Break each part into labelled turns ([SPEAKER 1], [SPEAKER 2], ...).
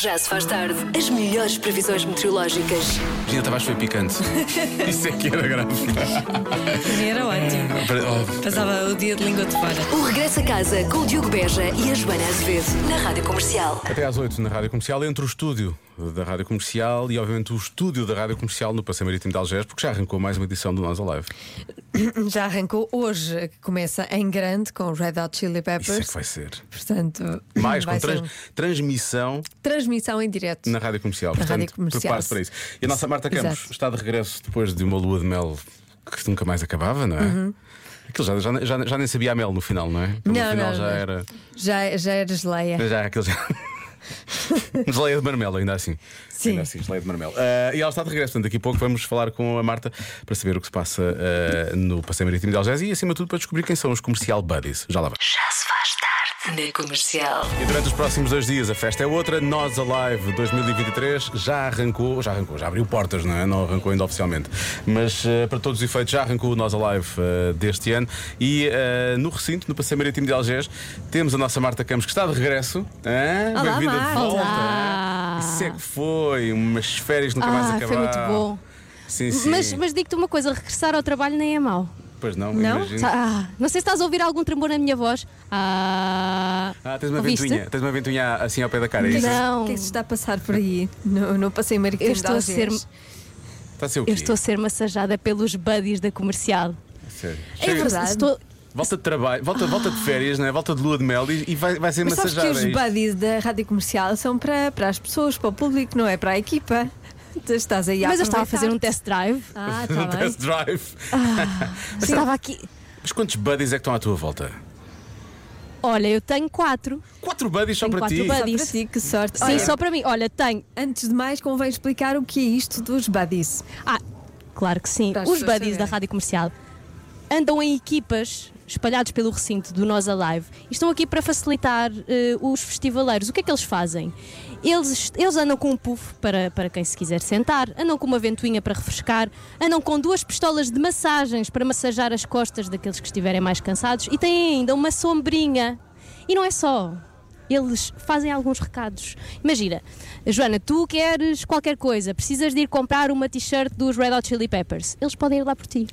[SPEAKER 1] Já se faz tarde. As melhores previsões meteorológicas.
[SPEAKER 2] Gina Tavares foi picante. Isso é que era grave.
[SPEAKER 3] E era ótimo.
[SPEAKER 2] Oh,
[SPEAKER 3] Passava o dia de língua de fora.
[SPEAKER 1] O regresso a casa com o Diogo Beja e a Joana Azevedo na Rádio Comercial.
[SPEAKER 2] Até às 8 na Rádio Comercial, entre o estúdio da Rádio Comercial e, obviamente, o estúdio da Rádio Comercial no Passeio Marítimo de Algés, porque já arrancou mais uma edição do Nós Alive.
[SPEAKER 3] Já arrancou hoje, que começa em grande com Red Hot
[SPEAKER 2] Isso
[SPEAKER 3] Chili
[SPEAKER 2] é
[SPEAKER 3] Peppers.
[SPEAKER 2] que vai ser.
[SPEAKER 3] Portanto,
[SPEAKER 2] Mais,
[SPEAKER 3] vai
[SPEAKER 2] com
[SPEAKER 3] ser
[SPEAKER 2] trans- transmissão
[SPEAKER 3] transmissão em direto.
[SPEAKER 2] na Rádio Comercial.
[SPEAKER 3] Na
[SPEAKER 2] Portanto,
[SPEAKER 3] Rádio Comercial.
[SPEAKER 2] prepare-se para isso. E a nossa Marta Campos
[SPEAKER 3] Exato.
[SPEAKER 2] está de regresso depois de uma lua de mel que nunca mais acabava, não é? Aquilo já, já, já, já nem sabia a mel no final, não é? No
[SPEAKER 3] Uhum. Não,
[SPEAKER 2] final
[SPEAKER 3] não,
[SPEAKER 2] já
[SPEAKER 3] não.
[SPEAKER 2] era.
[SPEAKER 3] Já, já era geleia.
[SPEAKER 2] Já, aquele já. Geleia de marmelo, ainda assim.
[SPEAKER 3] Sim.
[SPEAKER 2] Ainda assim, geleia de marmelo. Ah, e ela está de regresso, portanto, daqui a pouco vamos falar com a Marta para saber o que se passa ah, no Passeio Marítimo de Algés e, acima de tudo, para descobrir quem são os comercial buddies. Já lá vamos.
[SPEAKER 1] Já se faz tarde na Comercial.
[SPEAKER 2] E durante os próximos dois dias a festa é outra. Nós Alive 2023 já arrancou, já arrancou, já abriu portas, não é? Não arrancou ainda oficialmente. Mas eh, para todos os efeitos já arrancou o Nós Alive eh, deste ano. E eh, no recinto, no Passeio Marítimo de Algés, temos a nossa Marta Campos que está de regresso. Hã?
[SPEAKER 3] Olá,
[SPEAKER 2] Bem-vinda de
[SPEAKER 3] Marta.
[SPEAKER 2] volta.
[SPEAKER 4] Olá.
[SPEAKER 2] Isso é que foi, umas férias que nunca mais
[SPEAKER 4] Ah,
[SPEAKER 2] acabaram.
[SPEAKER 4] foi muito bom.
[SPEAKER 2] Sim, sim.
[SPEAKER 4] Mas, mas digo-te uma coisa, regressar ao trabalho nem é mau.
[SPEAKER 2] Pois não,
[SPEAKER 3] Não?
[SPEAKER 2] imagino.
[SPEAKER 4] Ah, não sei se estás a ouvir algum tremor na minha voz. Ah,
[SPEAKER 2] Ah, tens uma
[SPEAKER 4] ouviste?
[SPEAKER 2] ventoinha, tens uma ventoinha assim ao pé da cara, é isso?
[SPEAKER 4] Não.
[SPEAKER 3] O que é que se está a passar por aí? No, no passeio marítimo
[SPEAKER 4] Eu estou
[SPEAKER 3] de
[SPEAKER 4] a ser,
[SPEAKER 3] Algés?
[SPEAKER 2] Está a ser o quê?
[SPEAKER 4] eu estou a ser massajada pelos buddies da comercial.
[SPEAKER 2] Sério.
[SPEAKER 3] É
[SPEAKER 2] Chega-
[SPEAKER 3] verdade.
[SPEAKER 4] Estou-
[SPEAKER 2] Volta de trabalho, volta, volta de férias, não é? volta de lua de mel e e vai, vai ser
[SPEAKER 3] Mas sabes que
[SPEAKER 2] massajada.
[SPEAKER 3] os
[SPEAKER 2] é isto.
[SPEAKER 3] buddies da rádio comercial são para, para as pessoas, para o público, não é para a equipa. Tu Estás aí a
[SPEAKER 4] mas eu estava a fazer um
[SPEAKER 3] aproveitar.
[SPEAKER 4] test drive.
[SPEAKER 3] Ah, está bem.
[SPEAKER 2] Um Test drive.
[SPEAKER 4] Ah, Estava aqui.
[SPEAKER 2] Mas quantos buddies é que estão à tua volta?
[SPEAKER 4] Olha, eu tenho quatro.
[SPEAKER 2] Quatro buddies só
[SPEAKER 4] Tenho
[SPEAKER 2] para ti.
[SPEAKER 4] quatro buddies.
[SPEAKER 3] Para ti, que sorte.
[SPEAKER 4] Sim,
[SPEAKER 3] Olha,
[SPEAKER 4] só para mim. Olha, tenho.
[SPEAKER 3] Antes de mais, convém explicar o que é isto dos buddies.
[SPEAKER 4] Ah, claro que sim.
[SPEAKER 3] Para as
[SPEAKER 4] Os
[SPEAKER 3] pessoas
[SPEAKER 4] buddies da
[SPEAKER 3] saberem.
[SPEAKER 4] rádio comercial andam em equipas espalhados pelo recinto do Nós Alive e estão aqui para facilitar eh, os festivaleiros. O que é que eles fazem? Eles, eles andam com um puff para, para quem se quiser sentar, andam com uma ventoinha para refrescar, andam com duas pistolas de massagens para massajar as costas daqueles que estiverem mais cansados e têm ainda uma sombrinha. E não é só eles fazem alguns recados. Imagina, Joana, tu queres qualquer coisa, precisas de ir comprar uma t-shirt dos Red Hot Chili Peppers. Eles podem ir lá por ti.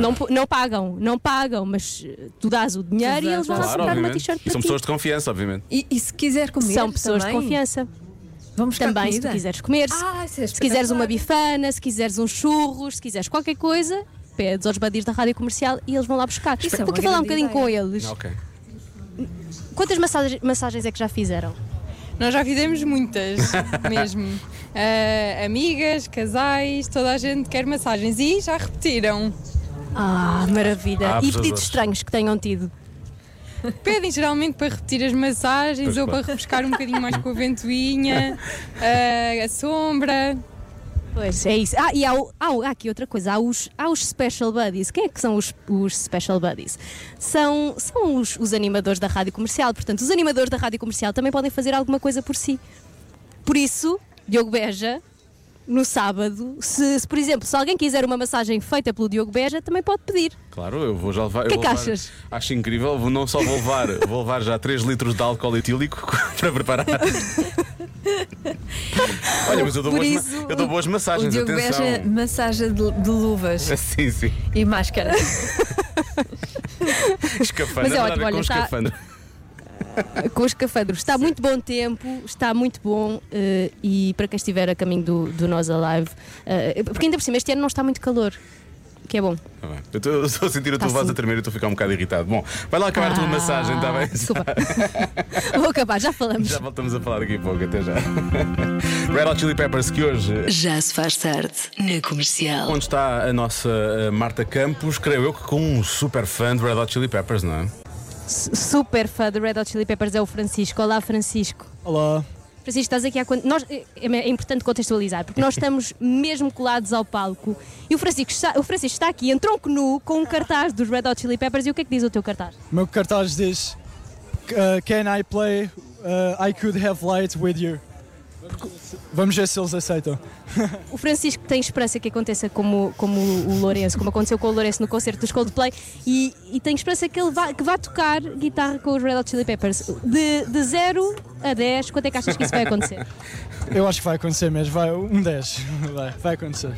[SPEAKER 4] Não, po- não pagam, não pagam, mas eh, tu dás o dinheiro
[SPEAKER 3] Exato.
[SPEAKER 4] e eles vão lá
[SPEAKER 2] Claro,
[SPEAKER 4] comprar uma
[SPEAKER 2] obviamente.
[SPEAKER 4] t-shirt
[SPEAKER 2] E
[SPEAKER 4] para
[SPEAKER 2] são
[SPEAKER 4] ti.
[SPEAKER 2] pessoas de confiança, obviamente.
[SPEAKER 3] E, e se quiser comer
[SPEAKER 4] São pessoas
[SPEAKER 3] também,
[SPEAKER 4] de confiança.
[SPEAKER 3] Vamos buscar
[SPEAKER 4] Também, se
[SPEAKER 3] comida?
[SPEAKER 4] tu quiseres comer, se-
[SPEAKER 3] Ah, isso é
[SPEAKER 4] se quiseres uma
[SPEAKER 3] espetacular.
[SPEAKER 4] bifana, se quiseres uns churros, se quiseres qualquer coisa, pedes aos badis da rádio comercial e eles vão lá buscar.
[SPEAKER 3] Isso é uma
[SPEAKER 4] Vou aqui falar um
[SPEAKER 3] grande
[SPEAKER 4] bocadinho com eles.
[SPEAKER 2] Ah, ok.
[SPEAKER 4] Quantas massagens, massagens é que já fizeram?
[SPEAKER 5] Nós já fizemos muitas, mesmo. Ah, amigas, casais, toda a gente quer massagens e já repetiram.
[SPEAKER 4] Ah, maravilha.
[SPEAKER 2] Ah,
[SPEAKER 4] e
[SPEAKER 2] pessoas.
[SPEAKER 4] pedidos estranhos que tenham tido?
[SPEAKER 5] Pedem geralmente para repetir as massagens
[SPEAKER 2] Pois
[SPEAKER 5] ou
[SPEAKER 2] claro.
[SPEAKER 5] para refrescar um bocadinho mais com a ventoinha, ah, a sombra.
[SPEAKER 4] Pois, é isso. Ah, e há, o- há, o- há aqui outra coisa. Há os, há os Special Buddies. Quem é que são os, os Special Buddies? São, são os, os animadores da rádio comercial. Portanto, os animadores da rádio comercial também podem fazer alguma coisa por si. Por isso, Diogo Beja, no sábado, se, se, por exemplo, se alguém quiser uma massagem feita pelo Diogo Beja, também pode pedir.
[SPEAKER 2] Claro, eu vou já levar. eu
[SPEAKER 4] Que
[SPEAKER 2] vou
[SPEAKER 4] que
[SPEAKER 2] levar-
[SPEAKER 4] achas?
[SPEAKER 2] Acho incrível, vou, não só vou levar, vou levar já 3 litros de álcool etílico para preparar. Olha, mas eu dou,
[SPEAKER 3] Por
[SPEAKER 2] boas, ma-
[SPEAKER 3] isso,
[SPEAKER 2] eu dou boas massagens,
[SPEAKER 3] O Diogo
[SPEAKER 2] atenção. É.
[SPEAKER 3] Beja massagem de, de luvas
[SPEAKER 2] Sim, sim.
[SPEAKER 3] e máscara.
[SPEAKER 2] Escafandra,
[SPEAKER 4] Mas é
[SPEAKER 2] nada a
[SPEAKER 4] ótimo,
[SPEAKER 2] ver com
[SPEAKER 4] olha, está-
[SPEAKER 2] escafandra.
[SPEAKER 4] com os cafandros. Está muito bom tempo, está muito bom eh, e para quem estiver a caminho do, do Nós Alive, eh, porque ainda por cima este ano não está muito calor, que é bom.
[SPEAKER 2] Tá bem. Eu tô- eu estou a sentir a tua
[SPEAKER 4] Tá
[SPEAKER 2] voz
[SPEAKER 4] sim.
[SPEAKER 2] a tremer e estou a ficar um bocado irritado. Bom, vai lá acabar a tua
[SPEAKER 4] Ah,
[SPEAKER 2] massagem, está bem?
[SPEAKER 4] Desculpa. Vou acabar, já falamos.
[SPEAKER 2] Já voltamos a falar daqui a pouco, até já. Red Hot Chili Peppers, que hoje. eh,
[SPEAKER 1] Já se faz tarde na Comercial.
[SPEAKER 2] Onde está a nossa eh, Marta Campos, creio eu que com um super fã de Red Hot Chili Peppers, não é?
[SPEAKER 4] S- Super fã do Red Hot Chili Peppers é o Francisco. Olá, Francisco.
[SPEAKER 6] Olá.
[SPEAKER 4] Francisco, estás aqui há quanto. Nós, é, é importante contextualizar, porque nós estamos mesmo colados ao palco e o Francisco está, o Francisco está aqui em tronco nu com um cartaz dos Red Hot Chili Peppers. E o que é que diz o teu cartaz?
[SPEAKER 6] O meu cartaz diz: uh, Can I play? uh, I could have light with you. Vamos ver se eles aceitam.
[SPEAKER 4] O Francisco tem esperança que aconteça como, como o Lourenço, como aconteceu com o Lourenço no concerto dos Coldplay, e, e tem esperança que ele vá, que vá tocar guitarra com os Red Hot Chili Peppers. De, de 0 a 10, quanto é que achas que isso vai acontecer?
[SPEAKER 6] Eu acho que vai acontecer mesmo, vai um 10. Vai, vai acontecer.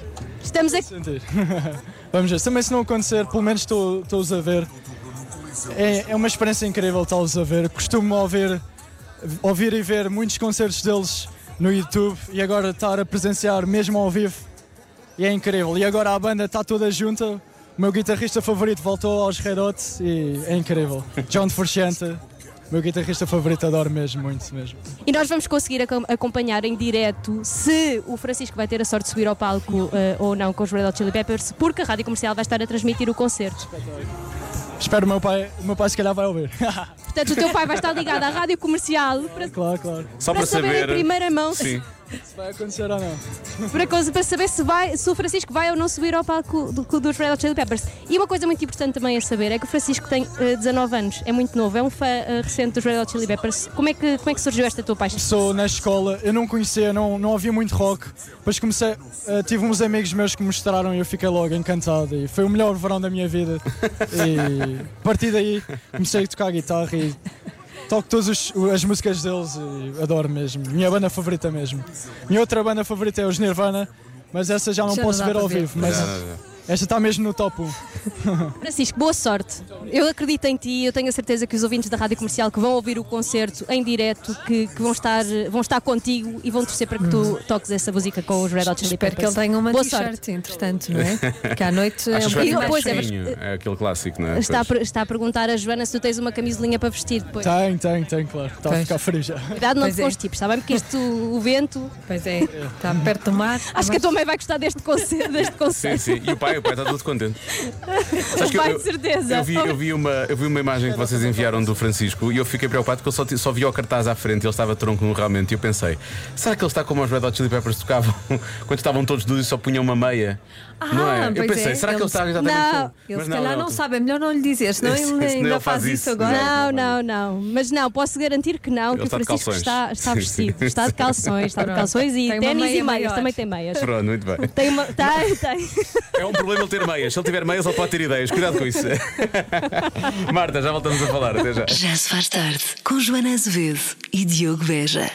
[SPEAKER 4] Estamos aqui.
[SPEAKER 6] Sentir. Vamos ver. Também se não acontecer, pelo menos estou- estou-os a ver. É, é uma experiência incrível estar-os a ver. Costumo ouvir, ouvir e ver muitos concertos deles no YouTube e agora estar a presenciar mesmo ao vivo e é incrível. E agora a banda está toda junta. O meu guitarrista favorito voltou aos Red Hot e é incrível. John Frusciante, meu guitarrista favorito, adoro mesmo, muito mesmo.
[SPEAKER 4] E nós vamos conseguir acom- acompanhar em direto se o Francisco vai ter a sorte de subir ao palco eh, ou não com os Red Hot Chili Peppers, porque a Rádio Comercial vai estar a transmitir o concerto.
[SPEAKER 6] Espero o meu pai, o meu pai se calhar vai ouvir.
[SPEAKER 4] Portanto, o teu pai vai estar ligado à Rádio Comercial para,
[SPEAKER 6] claro, claro.
[SPEAKER 2] Só
[SPEAKER 4] para
[SPEAKER 2] para
[SPEAKER 4] saber, em
[SPEAKER 2] saber.
[SPEAKER 4] primeira mão se-
[SPEAKER 2] Sim.
[SPEAKER 6] Se vai acontecer ou não.
[SPEAKER 4] para, coisa- para saber se, vai- se o Francisco vai ou não subir ao palco do, do- dos Red Hot Chili Peppers. E uma coisa muito importante também a saber é que o Francisco tem eh, 19 anos, é muito novo, é um fã eh, recente dos Red Hot Chili Peppers. Como é que, como é que surgiu esta tua paixão?
[SPEAKER 6] Sou na escola, eu não conhecia, não, não ouvia muito rock, depois comecei, eh, tive uns amigos meus que me mostraram e eu fiquei logo encantado e foi o melhor verão da minha vida. E a partir daí comecei a tocar guitarra e toco todas os- as músicas deles e adoro mesmo. Minha banda favorita mesmo. Minha outra banda favorita é os Nirvana, mas essa já não
[SPEAKER 3] Já não
[SPEAKER 6] posso
[SPEAKER 3] dá
[SPEAKER 6] ver
[SPEAKER 3] para
[SPEAKER 6] ao
[SPEAKER 3] ver.
[SPEAKER 6] vivo, mas
[SPEAKER 4] É
[SPEAKER 6] esta está mesmo no top 1.
[SPEAKER 4] Francisco, boa sorte. Eu acredito em ti, eu tenho a certeza que os ouvintes da Rádio Comercial que vão ouvir o concerto em direto, que, que vão, estar, vão estar contigo e vão torcer para que tu toques essa música com os Red Hot Chili
[SPEAKER 3] Espero
[SPEAKER 4] Peppers.
[SPEAKER 3] que ele tenha uma
[SPEAKER 4] boa
[SPEAKER 3] t-shirt, entretanto, não é? Porque à noite é
[SPEAKER 2] Achas
[SPEAKER 3] um
[SPEAKER 2] que vai
[SPEAKER 4] E
[SPEAKER 2] ficar
[SPEAKER 3] bocadinho mais
[SPEAKER 4] depois é
[SPEAKER 3] frio.
[SPEAKER 2] baixinho? É aquele clássico, não é?
[SPEAKER 4] Está a,
[SPEAKER 2] Pois.
[SPEAKER 4] per- está a perguntar a Joana se tu tens uma camisolinha para vestir depois.
[SPEAKER 6] Tenho, tenho, tenho, claro. Está a
[SPEAKER 3] Pois.
[SPEAKER 6] ficar frio já.
[SPEAKER 4] Cuidado não
[SPEAKER 3] Tá. Pois
[SPEAKER 4] te
[SPEAKER 3] é.
[SPEAKER 4] constipes, está bem? Porque isto, o vento...
[SPEAKER 3] Pois é, está perto do mar.
[SPEAKER 4] Acho que a tua mãe vai gostar deste concerto. Deste
[SPEAKER 2] Sim,
[SPEAKER 4] concerto.
[SPEAKER 2] sim. E o pai, o pai está todo contente. Sabes que
[SPEAKER 4] Vai de certeza.
[SPEAKER 2] Eu vi, eu, vi uma, eu vi uma imagem que vocês enviaram do Francisco e eu fiquei preocupado porque eu só, ti- só vi o cartaz à frente e ele estava tronco nu realmente. E eu pensei, será que ele está como os Red Hot Chili Peppers tocavam quando estavam todos nus e só punham uma meia?
[SPEAKER 3] Ah,
[SPEAKER 2] não é? Eu
[SPEAKER 3] pois
[SPEAKER 2] pensei,
[SPEAKER 3] é,
[SPEAKER 2] será que ele
[SPEAKER 3] ele-
[SPEAKER 2] está exatamente
[SPEAKER 4] Não,
[SPEAKER 2] como?
[SPEAKER 3] Ele
[SPEAKER 2] Mas
[SPEAKER 3] se calhar não,
[SPEAKER 2] ele-
[SPEAKER 3] sabe, é melhor não lhe dizer, senão
[SPEAKER 2] Esse-
[SPEAKER 3] ele
[SPEAKER 2] esse
[SPEAKER 3] ainda
[SPEAKER 2] não
[SPEAKER 3] faz isso agora.
[SPEAKER 4] Não, não, não. Mas não, posso garantir que não, que o
[SPEAKER 2] está de
[SPEAKER 4] Francisco
[SPEAKER 2] calções.
[SPEAKER 4] está, está
[SPEAKER 2] Sim,
[SPEAKER 4] vestido.
[SPEAKER 2] sim.
[SPEAKER 4] Está de calções, está de
[SPEAKER 3] Pronto.
[SPEAKER 4] calções e
[SPEAKER 3] Tem uma
[SPEAKER 4] ténis e
[SPEAKER 3] meia
[SPEAKER 4] meias.
[SPEAKER 3] maior.
[SPEAKER 4] Também tem meias.
[SPEAKER 2] Pronto, muito bem.
[SPEAKER 4] Tem uma. Tem, tem.
[SPEAKER 2] É um problema ele ter meias. Se ele tiver meias, ele pode ter ideias. Cuidado com isso. Marta, já voltamos a falar. Até já.
[SPEAKER 1] Já se faz tarde com Joana Azevedo e Diogo Beja.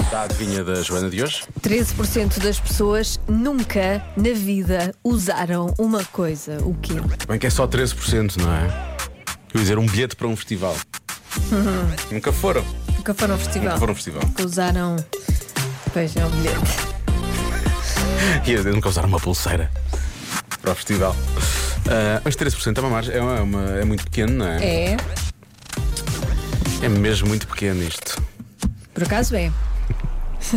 [SPEAKER 2] Está a adivinha da Joana de hoje?
[SPEAKER 3] 13% das pessoas nunca na vida usaram uma coisa. O quê?
[SPEAKER 2] Bem que é só 13%, não é? Eu ia dizer, um bilhete para um festival.
[SPEAKER 3] Uhum.
[SPEAKER 2] Nunca foram.
[SPEAKER 3] Nunca foram ao festival.
[SPEAKER 2] Nunca foram a um festival.
[SPEAKER 3] Nunca usaram. Pois é, um bilhete.
[SPEAKER 2] E às vezes nunca usaram uma pulseira para o festival. Ah, mas 13% é uma margem, é, uma- é uma- é muito pequeno, não é?
[SPEAKER 3] É,
[SPEAKER 2] É mesmo muito pequeno isto.
[SPEAKER 3] por acaso é.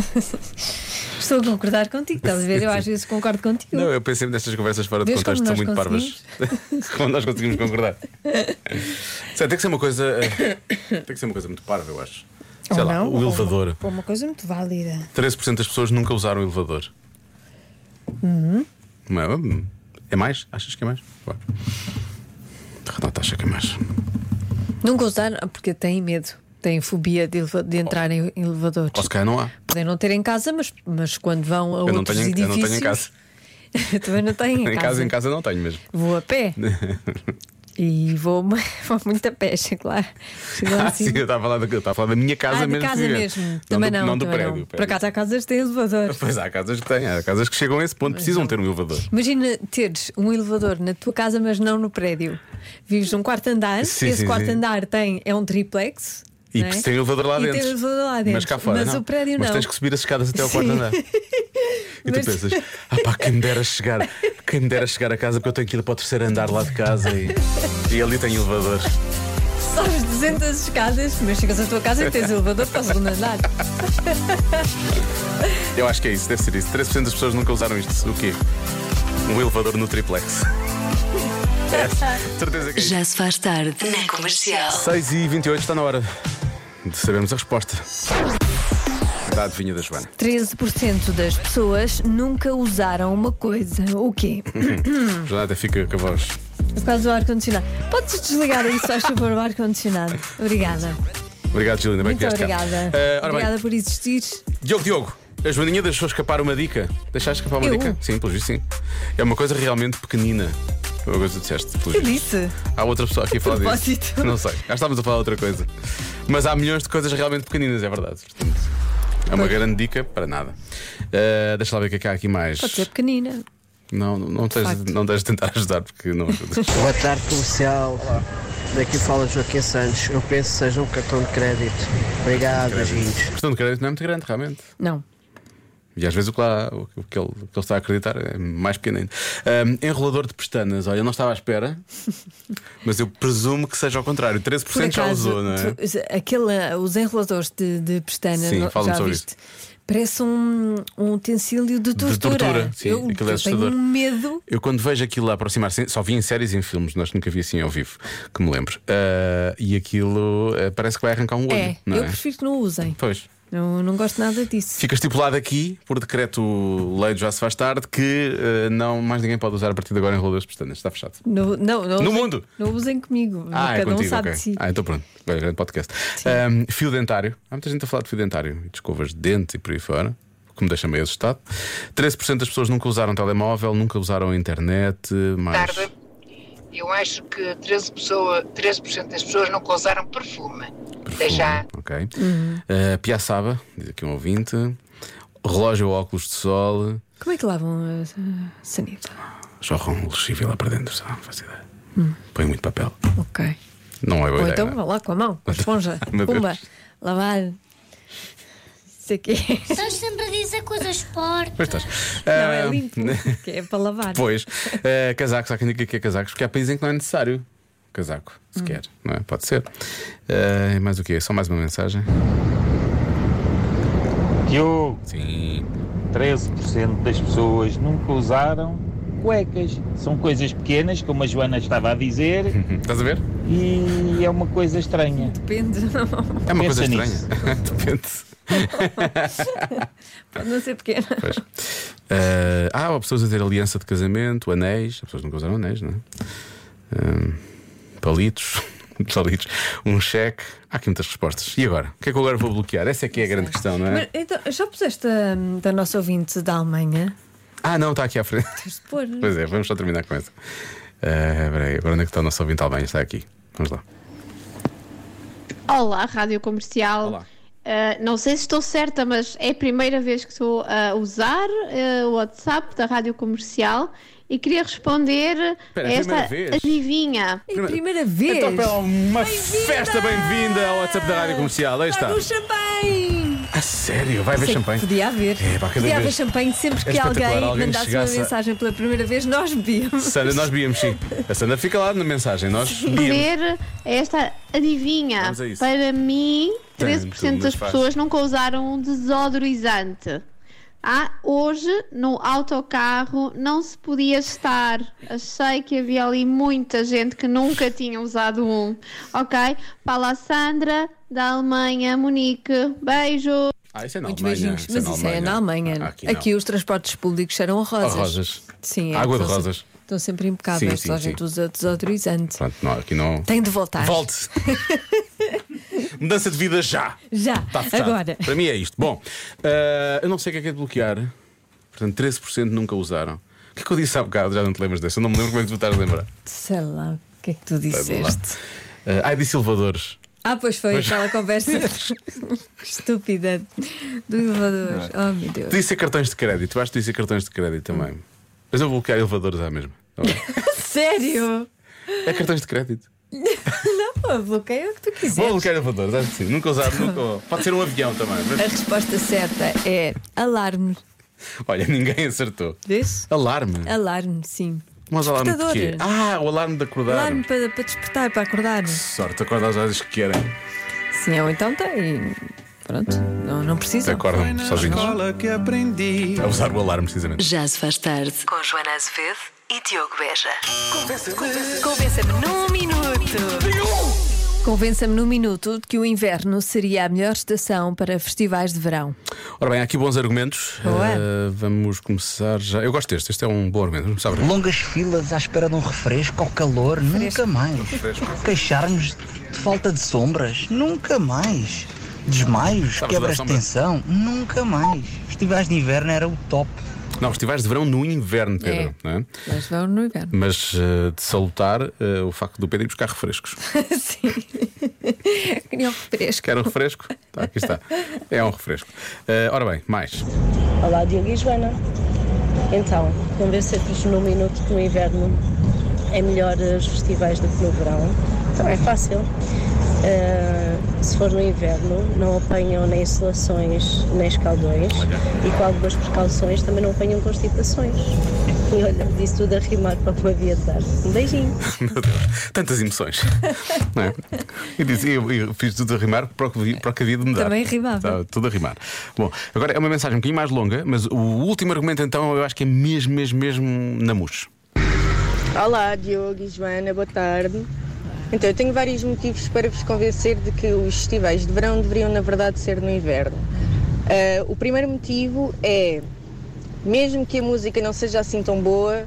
[SPEAKER 3] Estou a concordar contigo, estás a ver? Eu às vezes concordo contigo.
[SPEAKER 2] Não, eu pensei nestas conversas fora de
[SPEAKER 3] Vês
[SPEAKER 2] contexto, são
[SPEAKER 3] como
[SPEAKER 2] muito
[SPEAKER 3] nós
[SPEAKER 2] parvas. Quando nós conseguimos concordar. Sério, tem que ser uma coisa. eh, Tem que ser uma coisa muito parva, eu acho. Sei
[SPEAKER 7] Ou
[SPEAKER 2] lá,
[SPEAKER 7] não,
[SPEAKER 2] o
[SPEAKER 7] ou
[SPEAKER 2] elevador.
[SPEAKER 7] Uma, ou uma coisa muito válida.
[SPEAKER 2] 13% das pessoas nunca usaram o elevador. Não é? Hum, É mais? Achas que é mais? Claro. Renata acha que é mais.
[SPEAKER 3] Nunca usaram, ah, porque têm medo. Têm fobia de, eleva- de entrar em em elevadores.
[SPEAKER 2] Ou se calhar não há.
[SPEAKER 3] Podem não ter em casa, mas, mas quando vão a
[SPEAKER 2] Eu
[SPEAKER 3] outros
[SPEAKER 2] não, tenho, em- eu
[SPEAKER 3] edifícios...
[SPEAKER 2] não tenho em casa.
[SPEAKER 3] também não têm em,
[SPEAKER 2] Em casa, em casa não tenho mesmo.
[SPEAKER 3] Vou a pé. e vou, vou muito a pé, chego lá. Chego lá
[SPEAKER 2] Ah,
[SPEAKER 3] assim.
[SPEAKER 2] sim, eu estava a falar, da- eu estava a falar da minha casa
[SPEAKER 3] Ah, de
[SPEAKER 2] mesmo.
[SPEAKER 3] casa
[SPEAKER 2] que-
[SPEAKER 3] mesmo. Também
[SPEAKER 2] do,
[SPEAKER 3] não.
[SPEAKER 2] Não do
[SPEAKER 3] também
[SPEAKER 2] prédio. prédio.
[SPEAKER 3] não. Por acaso há casas que têm elevador.
[SPEAKER 2] Pois há casas que têm, há casas que chegam a esse ponto, precisam ter um elevador.
[SPEAKER 3] Imagina teres um elevador na tua casa, mas não no prédio. Vives num quarto andar,
[SPEAKER 2] Sim,
[SPEAKER 3] esse
[SPEAKER 2] sim,
[SPEAKER 3] quarto
[SPEAKER 2] sim.
[SPEAKER 3] andar tem, é um triplex.
[SPEAKER 2] E
[SPEAKER 3] não é?
[SPEAKER 2] tem o elevador lá
[SPEAKER 3] E
[SPEAKER 2] dentro.
[SPEAKER 3] tem o elevador lá dentro.
[SPEAKER 2] Mas cá fora.
[SPEAKER 3] Mas
[SPEAKER 2] não.
[SPEAKER 3] o prédio
[SPEAKER 2] Mas
[SPEAKER 3] não.
[SPEAKER 2] tens que subir as escadas até ao quarto
[SPEAKER 3] Sim.
[SPEAKER 2] andar. E
[SPEAKER 3] Mas-
[SPEAKER 2] tu pensas, ah pá, quem me dera chegar, quem me dera chegar a casa porque eu tenho que ir para o terceiro andar lá de casa e, e ali tem elevador.
[SPEAKER 3] Sobes 200 escadas, mas chegas à tua casa e tens elevador para o segundo andar.
[SPEAKER 2] Eu acho que é isso, deve ser isso. 13% das pessoas nunca usaram isto. O quê? Um elevador no triplex. É, certeza que é isso.
[SPEAKER 1] Já se faz tarde na comercial.
[SPEAKER 2] 6 e 28 está na hora de sabermos a resposta. Da adivinha da Joana.
[SPEAKER 3] 13% das pessoas nunca usaram uma coisa. O quê?
[SPEAKER 2] A Joana até fica com a voz.
[SPEAKER 3] Por causa do ar-condicionado. Podes desligar isso, faz favor, o ar-condicionado. Obrigada.
[SPEAKER 2] Obrigado, Gil, ainda bem
[SPEAKER 3] Muito
[SPEAKER 2] que vieste cá.
[SPEAKER 3] obrigada.
[SPEAKER 2] Eh, ora bem,
[SPEAKER 3] obrigada por existir.
[SPEAKER 2] Diogo, Diogo, A Joaninha deixou escapar uma dica. Deixaste escapar uma
[SPEAKER 3] Eu?
[SPEAKER 2] dica? Sim, pelo visto, sim. É uma coisa realmente pequenina. É uma coisa que disseste. pelo
[SPEAKER 3] Eu
[SPEAKER 2] visto.
[SPEAKER 3] disse.
[SPEAKER 2] Há outra pessoa aqui a falar disso.
[SPEAKER 3] propósito.
[SPEAKER 2] Não sei. Já estávamos a falar outra coisa. Mas há milhões de coisas realmente pequeninas, é verdade. Portanto, é uma grande dica para nada. Ah, deixa lá ver o que é que há aqui mais.
[SPEAKER 3] Pode ser pequenina.
[SPEAKER 2] Não, não, não, tens,
[SPEAKER 3] facto.
[SPEAKER 2] não tens de tentar ajudar porque não ajudas.
[SPEAKER 7] Boa tarde, comercial. Daqui fala Joaquim Santos. Eu penso que seja um cartão de crédito. Obrigado, beijinhos.
[SPEAKER 2] A questão de crédito não é muito grande, realmente.
[SPEAKER 3] Não.
[SPEAKER 2] E às vezes o que, lá, o que, ele, o que ele está a acreditar é mais pequeno ainda. Ahm, enrolador de pestanas, olha, eu não estava à espera, mas eu presumo que seja ao contrário. 13%
[SPEAKER 3] Por
[SPEAKER 2] já
[SPEAKER 3] acaso,
[SPEAKER 2] usou, não é?
[SPEAKER 3] tu- aquele, os enroladores de, de pestana,
[SPEAKER 2] Sim,
[SPEAKER 3] não-
[SPEAKER 2] fala-me
[SPEAKER 3] já
[SPEAKER 2] sobre
[SPEAKER 3] viste? Parece um, um utensílio de tortura.
[SPEAKER 2] tortura, sim,
[SPEAKER 3] eu,
[SPEAKER 2] aquilo é
[SPEAKER 3] eu tenho
[SPEAKER 2] assustador.
[SPEAKER 3] um medo.
[SPEAKER 2] Eu quando vejo aquilo a aproximar-se, só vi em séries e em filmes, nós nunca vi assim ao vivo, que me lembro. Ah, e aquilo ah, parece que vai arrancar um olho,
[SPEAKER 3] É,
[SPEAKER 2] não
[SPEAKER 3] eu
[SPEAKER 2] é?
[SPEAKER 3] prefiro que não usem.
[SPEAKER 2] Pois.
[SPEAKER 3] Não, não gosto nada disso.
[SPEAKER 2] Fica estipulado aqui, por decreto-lei do Já Se Faz Tarde, que ah, não, mais ninguém pode usar a partir de agora enroladores de pestanas. Está fechado.
[SPEAKER 3] No, não, não
[SPEAKER 2] No
[SPEAKER 3] usem-
[SPEAKER 2] mundo?
[SPEAKER 3] Não usem comigo.
[SPEAKER 2] Ah, é
[SPEAKER 3] Cada
[SPEAKER 2] contigo,
[SPEAKER 3] um sabe
[SPEAKER 2] ok.
[SPEAKER 3] de si.
[SPEAKER 2] Ah, então pronto. Olha, grande podcast. Ahm, fio dentário. Há muita gente a falar de fio dentário e de escovas de dente e por aí fora. o Que me deixa meio assustado. 13% das pessoas nunca usaram telemóvel, nunca usaram a internet, mas.
[SPEAKER 8] tarde. Eu acho que 13%, pessoa, 13 das pessoas nunca usaram perfume. Deixar.
[SPEAKER 2] Ok.
[SPEAKER 3] Uhum.
[SPEAKER 2] Ah, piaçaba, diz aqui um ouvinte. Relógio ou óculos de sol.
[SPEAKER 3] Como é que lavam a, a sanita?
[SPEAKER 2] Jorra um lexívio lá para dentro, só, não faço ideia. Põe muito papel.
[SPEAKER 3] Ok.
[SPEAKER 2] Não é boa
[SPEAKER 3] Hum. Ou
[SPEAKER 2] ideia.
[SPEAKER 3] então
[SPEAKER 2] não é?
[SPEAKER 3] vá lá com a mão, com a esponja.
[SPEAKER 2] Meu Deus.
[SPEAKER 3] Pumba, lavar. Isso aqui.
[SPEAKER 9] Estás sempre a dizer coisas fortes.
[SPEAKER 2] Pois estás.
[SPEAKER 3] Não, é
[SPEAKER 2] Ah,
[SPEAKER 3] limpo. que é para lavar.
[SPEAKER 2] Pois, eh, casacos, há quem diga que é casacos, porque há países em que não é necessário casaco, sequer,
[SPEAKER 3] Hum.
[SPEAKER 2] não é? Pode ser. Eh, mais o quê? Só mais uma mensagem?
[SPEAKER 10] Diogo,
[SPEAKER 2] Sim.
[SPEAKER 10] 13% das pessoas nunca usaram cuecas. São coisas pequenas, como a Joana estava a dizer,
[SPEAKER 2] Estás a ver?
[SPEAKER 10] e é uma coisa estranha.
[SPEAKER 3] Depende. Não,
[SPEAKER 2] É uma
[SPEAKER 10] Pensa
[SPEAKER 2] coisa estranha.
[SPEAKER 10] nisso.
[SPEAKER 2] Depende.
[SPEAKER 3] pode não ser pequena.
[SPEAKER 2] Pois. Eh, ah, há pessoas a ter aliança de casamento, anéis. As pessoas nunca usaram anéis, não é? Hum, palitos. Palitos. Um cheque. Há aqui muitas respostas. E agora? O que é que eu agora vou bloquear? Essa é que é a grande questão, não é?
[SPEAKER 3] Mas, então, já puseste hum, da nossa ouvinte da Alemanha?
[SPEAKER 2] Ah, não, está aqui à frente.
[SPEAKER 3] Tens de pôr.
[SPEAKER 2] Pois é, vamos só terminar com essa. Ah, peraí, agora onde é que está o nosso ouvinte Albanha? Está aqui. Vamos lá.
[SPEAKER 11] Olá, Rádio Comercial.
[SPEAKER 2] Olá.
[SPEAKER 11] Ah, não sei se estou certa, mas é a primeira vez que estou a usar ah, o WhatsApp da Rádio Comercial e queria responder
[SPEAKER 2] Espera,
[SPEAKER 11] a
[SPEAKER 2] é a
[SPEAKER 11] esta
[SPEAKER 2] primeira vez?
[SPEAKER 11] adivinha.
[SPEAKER 3] É a primeira vez.
[SPEAKER 2] Então, pela uma festa bem-vinda ao WhatsApp da Rádio Comercial. Aí está.
[SPEAKER 3] Vai no champanhe!
[SPEAKER 2] A sério, vai ver
[SPEAKER 3] Sei que
[SPEAKER 2] champanhe.
[SPEAKER 3] Podia haver.
[SPEAKER 2] É, pá, cada
[SPEAKER 3] podia haver
[SPEAKER 2] vez- É
[SPEAKER 3] champanhe sempre que
[SPEAKER 2] espetacular,
[SPEAKER 3] alguém,
[SPEAKER 2] alguém
[SPEAKER 3] mandasse
[SPEAKER 2] chegasse a-
[SPEAKER 3] uma mensagem pela primeira vez, nós bebíamos.
[SPEAKER 2] Sandra, nós víamos sim. A Sandra fica lá na mensagem. Nós víamos.
[SPEAKER 11] responder a É esta adivinha.
[SPEAKER 2] Vamos a isso.
[SPEAKER 11] Para mim,
[SPEAKER 2] Tanto
[SPEAKER 11] 13%
[SPEAKER 2] nos
[SPEAKER 11] das
[SPEAKER 2] faz.
[SPEAKER 11] pessoas nunca usaram um desodorizante. Ah, hoje, no autocarro, não se podia estar. Achei que havia ali muita gente que nunca tinha usado um. Ok? Fala a Sandra, da Alemanha, Munique. Beijo!
[SPEAKER 2] Ah, isso é na
[SPEAKER 3] Muitos
[SPEAKER 2] Alemanha.
[SPEAKER 3] beijinhos. Mas isso é na Alemanha.
[SPEAKER 2] Ah,
[SPEAKER 3] aqui
[SPEAKER 2] não.
[SPEAKER 3] os transportes públicos cheiram a rosas.
[SPEAKER 2] A rosas.
[SPEAKER 3] Sim, é
[SPEAKER 2] Água de
[SPEAKER 3] estão
[SPEAKER 2] rosas.
[SPEAKER 3] sempre- Estão sempre impecáveis,
[SPEAKER 2] Sim, sim,
[SPEAKER 3] só a
[SPEAKER 2] sim.
[SPEAKER 3] gente usa desodorizante.
[SPEAKER 2] Pronto, não, aqui não.
[SPEAKER 3] Tem de voltar.
[SPEAKER 2] Volte! Mudança de vida já!
[SPEAKER 3] Já,
[SPEAKER 2] Está fechado.
[SPEAKER 3] agora.
[SPEAKER 2] Para mim é isto. Bom, eh, eu não sei o que é que é de bloquear. Portanto, 13% nunca usaram. O que é que eu disse há bocado? Já não te lembras dessa? Eu não me lembro como é que tu estás a lembrar.
[SPEAKER 3] Sei lá o que é que tu
[SPEAKER 2] Vamos lá.
[SPEAKER 3] disseste.
[SPEAKER 2] Eh, ai, disse elevadores.
[SPEAKER 3] Ah, pois foi aquela conversa estúpida do elevador.
[SPEAKER 2] é?
[SPEAKER 3] Oh, meu Deus.
[SPEAKER 2] Podia ser cartões de crédito. Eu acho que podia ser cartões de crédito também. Mas eu vou bloquear elevadores à mesma. Tá bem?
[SPEAKER 3] Sério?
[SPEAKER 2] É cartões de crédito.
[SPEAKER 3] Não, bloqueia o que tu
[SPEAKER 2] Vou
[SPEAKER 3] quiseres.
[SPEAKER 2] bloquear elevadores, acho que sim. Nunca usar, nunca. Pode ser um avião também.
[SPEAKER 3] A
[SPEAKER 2] Mas...
[SPEAKER 3] resposta certa é alarme.
[SPEAKER 2] Olha, ninguém acertou.
[SPEAKER 3] Vês? Ah,
[SPEAKER 2] Alarme.
[SPEAKER 3] Alarme, sim.
[SPEAKER 2] Mas alarme de
[SPEAKER 3] Despertador.
[SPEAKER 2] quê? Ah, o alarme de acordar.
[SPEAKER 3] Alarme para, para despertar, para acordar.
[SPEAKER 2] Sorte, acorda às horas que querem.
[SPEAKER 3] Sim, ou então tem. Pronto, não, não precisa.
[SPEAKER 2] Acordam sozinhos. A usar o alarme, precisamente.
[SPEAKER 1] Já se faz tarde. Com Joana Azevedo e Diogo Beja. Convença-me num minuto.
[SPEAKER 3] Convença-me num minuto de que o inverno seria a melhor estação para festivais de verão.
[SPEAKER 2] Ora bem, há aqui bons argumentos.
[SPEAKER 3] Boa.
[SPEAKER 2] Eh, vamos começar já. Eu gosto deste, este é um bom argumento. Vamos começar por aqui.
[SPEAKER 7] Longas filas à espera de um refresco ao calor, nunca mais. Queixar-nos de falta de sombras, nunca mais.
[SPEAKER 12] Desmaios,
[SPEAKER 2] Estavas a
[SPEAKER 12] quebras
[SPEAKER 2] dar
[SPEAKER 12] de
[SPEAKER 2] sombra.
[SPEAKER 12] tensão, nunca mais. Festivais de inverno era o top.
[SPEAKER 2] Não, festivais de verão no inverno, Pedro. não é?
[SPEAKER 3] Mas vão no inverno.
[SPEAKER 2] Mas eh, de salutar eh, o facto do Pedro ir buscar refrescos.
[SPEAKER 3] Sim. Queria um refresco.
[SPEAKER 2] Quer um refresco? Tá, aqui está. É um refresco. Eh, ora bem, mais.
[SPEAKER 13] Olá, Diogo e Joana. Então, convencer-vos num minuto que no inverno é melhor os festivais do que no verão. Então é fácil. Uh, se for no inverno, não apanham nem insolações nem escaldões e com algumas precauções também não apanham constipações. E olha, disse tudo a rimar para uma via de tarde. Um beijinho.
[SPEAKER 2] Meu Deus, tantas emoções. Não é? eu, disse, eu, eu fiz tudo a rimar para o que vi- para o que havia de mudar.
[SPEAKER 3] Também rimava.
[SPEAKER 2] Estava tudo a rimar. Bom, agora é uma mensagem um bocadinho mais longa, mas o último argumento então eu acho que é mesmo, mesmo, mesmo namucho.
[SPEAKER 4] Olá, Diogo e Joana, boa tarde. Então, eu tenho vários motivos para vos convencer de que os festivais de verão deveriam, na verdade, ser no inverno. Ah, o primeiro motivo é, mesmo que a música não seja assim tão boa,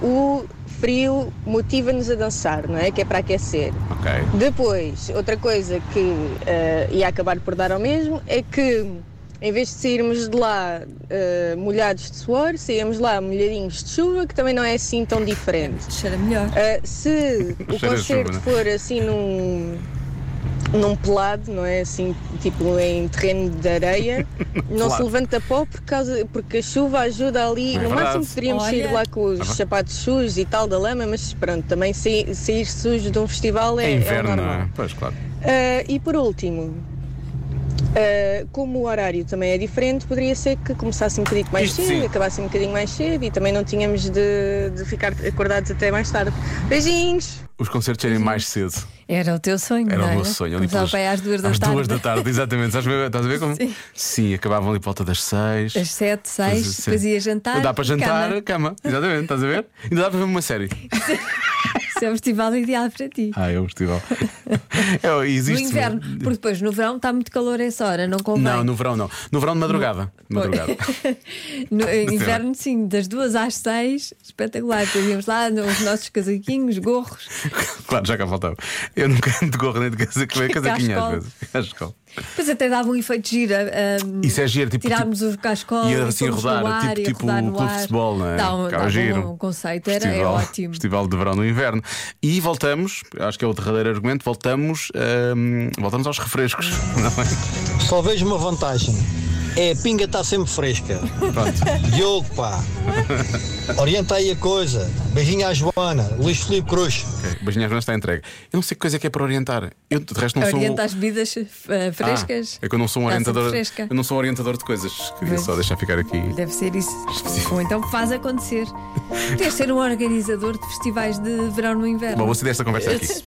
[SPEAKER 4] o frio motiva-nos a dançar, não é? Que é para aquecer. Depois, outra coisa que eh, ia acabar por dar ao mesmo é que em vez de sairmos de lá eh, molhados de suor, saímos lá molhadinhos de chuva, que também não é assim tão diferente. Eh,
[SPEAKER 3] Cheira melhor.
[SPEAKER 4] se
[SPEAKER 3] Cheira
[SPEAKER 4] o
[SPEAKER 3] a
[SPEAKER 2] é?
[SPEAKER 4] concerto
[SPEAKER 3] chuva,
[SPEAKER 4] for assim num, num pelado, não é? Assim, tipo em terreno de areia, não se
[SPEAKER 2] Pelado.
[SPEAKER 4] levanta pó por causa, porque a chuva ajuda ali.
[SPEAKER 2] É
[SPEAKER 4] no
[SPEAKER 2] verdade.
[SPEAKER 4] máximo poderíamos sair de
[SPEAKER 2] Olha.
[SPEAKER 4] lá com os
[SPEAKER 2] Ah, vá.
[SPEAKER 4] sapatos sujos e tal da lama, mas pronto, também sair, sair sujo de um festival é,
[SPEAKER 2] É,
[SPEAKER 4] é o
[SPEAKER 2] inverno, não
[SPEAKER 4] normal.
[SPEAKER 2] é? Pois, claro.
[SPEAKER 4] Ah, e por último, ah, como o horário também é diferente, poderia ser que começasse um bocadinho mais
[SPEAKER 2] Isto
[SPEAKER 4] cedo,
[SPEAKER 2] sim.
[SPEAKER 4] acabasse um bocadinho mais cedo e também não tínhamos de, de ficar acordados até mais tarde. Beijinhos!
[SPEAKER 2] Os concertos serem mais cedo.
[SPEAKER 3] Era o teu sonho,
[SPEAKER 2] Era
[SPEAKER 3] não
[SPEAKER 2] o meu sonho. ali
[SPEAKER 3] Vamos lá
[SPEAKER 2] pelas-
[SPEAKER 3] para aí às duas da
[SPEAKER 2] às
[SPEAKER 3] tarde.
[SPEAKER 2] duas da tarde, exatamente. Estás a ver, estás a ver como?
[SPEAKER 3] Sim.
[SPEAKER 2] acabavam ali por volta das seis.
[SPEAKER 3] Às sete,
[SPEAKER 2] Às
[SPEAKER 3] seis,
[SPEAKER 2] sete.
[SPEAKER 3] depois ia jantar.
[SPEAKER 2] é, Dá para jantar,
[SPEAKER 3] cama.
[SPEAKER 2] cama. Exatamente, estás a ver? Ainda dá para ver uma série.
[SPEAKER 3] Isso é o festival ideal para ti.
[SPEAKER 2] Ah, é um festival. É, existe.
[SPEAKER 3] No inverno, porque depois no verão está muito calor essa hora, não convém.
[SPEAKER 2] Não, no verão não. No verão de madrugada. De madrugada.
[SPEAKER 3] No eh, inverno, sim, das duas às seis, espetacular. Tínhamos lá os nossos casaquinhos, gorros.
[SPEAKER 2] Claro, já cá faltava. Eu nunca ando de gorro nem de casa, casaquinha às
[SPEAKER 3] Cascola.
[SPEAKER 2] vezes. Cascola.
[SPEAKER 3] Depois até dava um efeito gira. hum,
[SPEAKER 2] Isso é giro, tipo-
[SPEAKER 3] Tirarmos o cascola
[SPEAKER 2] e assim
[SPEAKER 3] fomos
[SPEAKER 2] rodar,
[SPEAKER 3] no ar,
[SPEAKER 2] tipo-
[SPEAKER 3] e
[SPEAKER 2] tipo
[SPEAKER 3] rodar no
[SPEAKER 2] o clube de
[SPEAKER 3] ar.
[SPEAKER 2] futebol, não é?
[SPEAKER 3] Dá um,
[SPEAKER 2] Cá
[SPEAKER 3] dá um
[SPEAKER 2] giro.
[SPEAKER 3] bom conceito, era é ótimo.
[SPEAKER 2] Festival de verão no inverno. E voltamos, acho que é o derradeiro argumento, voltamos, hum, voltamos aos refrescos. Não é?
[SPEAKER 7] Só vejo uma vantagem. É a pinga está sempre fresca.
[SPEAKER 2] Pronto.
[SPEAKER 7] Diogo, pá. Orienta aí a coisa. Beijinho à Joana. Luís Filipe Cruz.
[SPEAKER 2] Ok, Beijinho às mãos, está entregue. Eu não sei que coisa é que é para orientar. Eu de resto não
[SPEAKER 3] Orienta
[SPEAKER 2] sou. um-
[SPEAKER 3] as bebidas eh, frescas.
[SPEAKER 2] Ah, é que eu não sou um
[SPEAKER 3] Está
[SPEAKER 2] orientador.
[SPEAKER 3] sempre fresca.
[SPEAKER 2] Eu não sou um orientador de coisas. Queria
[SPEAKER 3] Pois.
[SPEAKER 2] só deixar ficar aqui.
[SPEAKER 3] Deve ser isso. Ou então faz acontecer. Tens de ser um organizador de festivais de verão no inverno.
[SPEAKER 2] Bom, vou sair desta conversa aqui.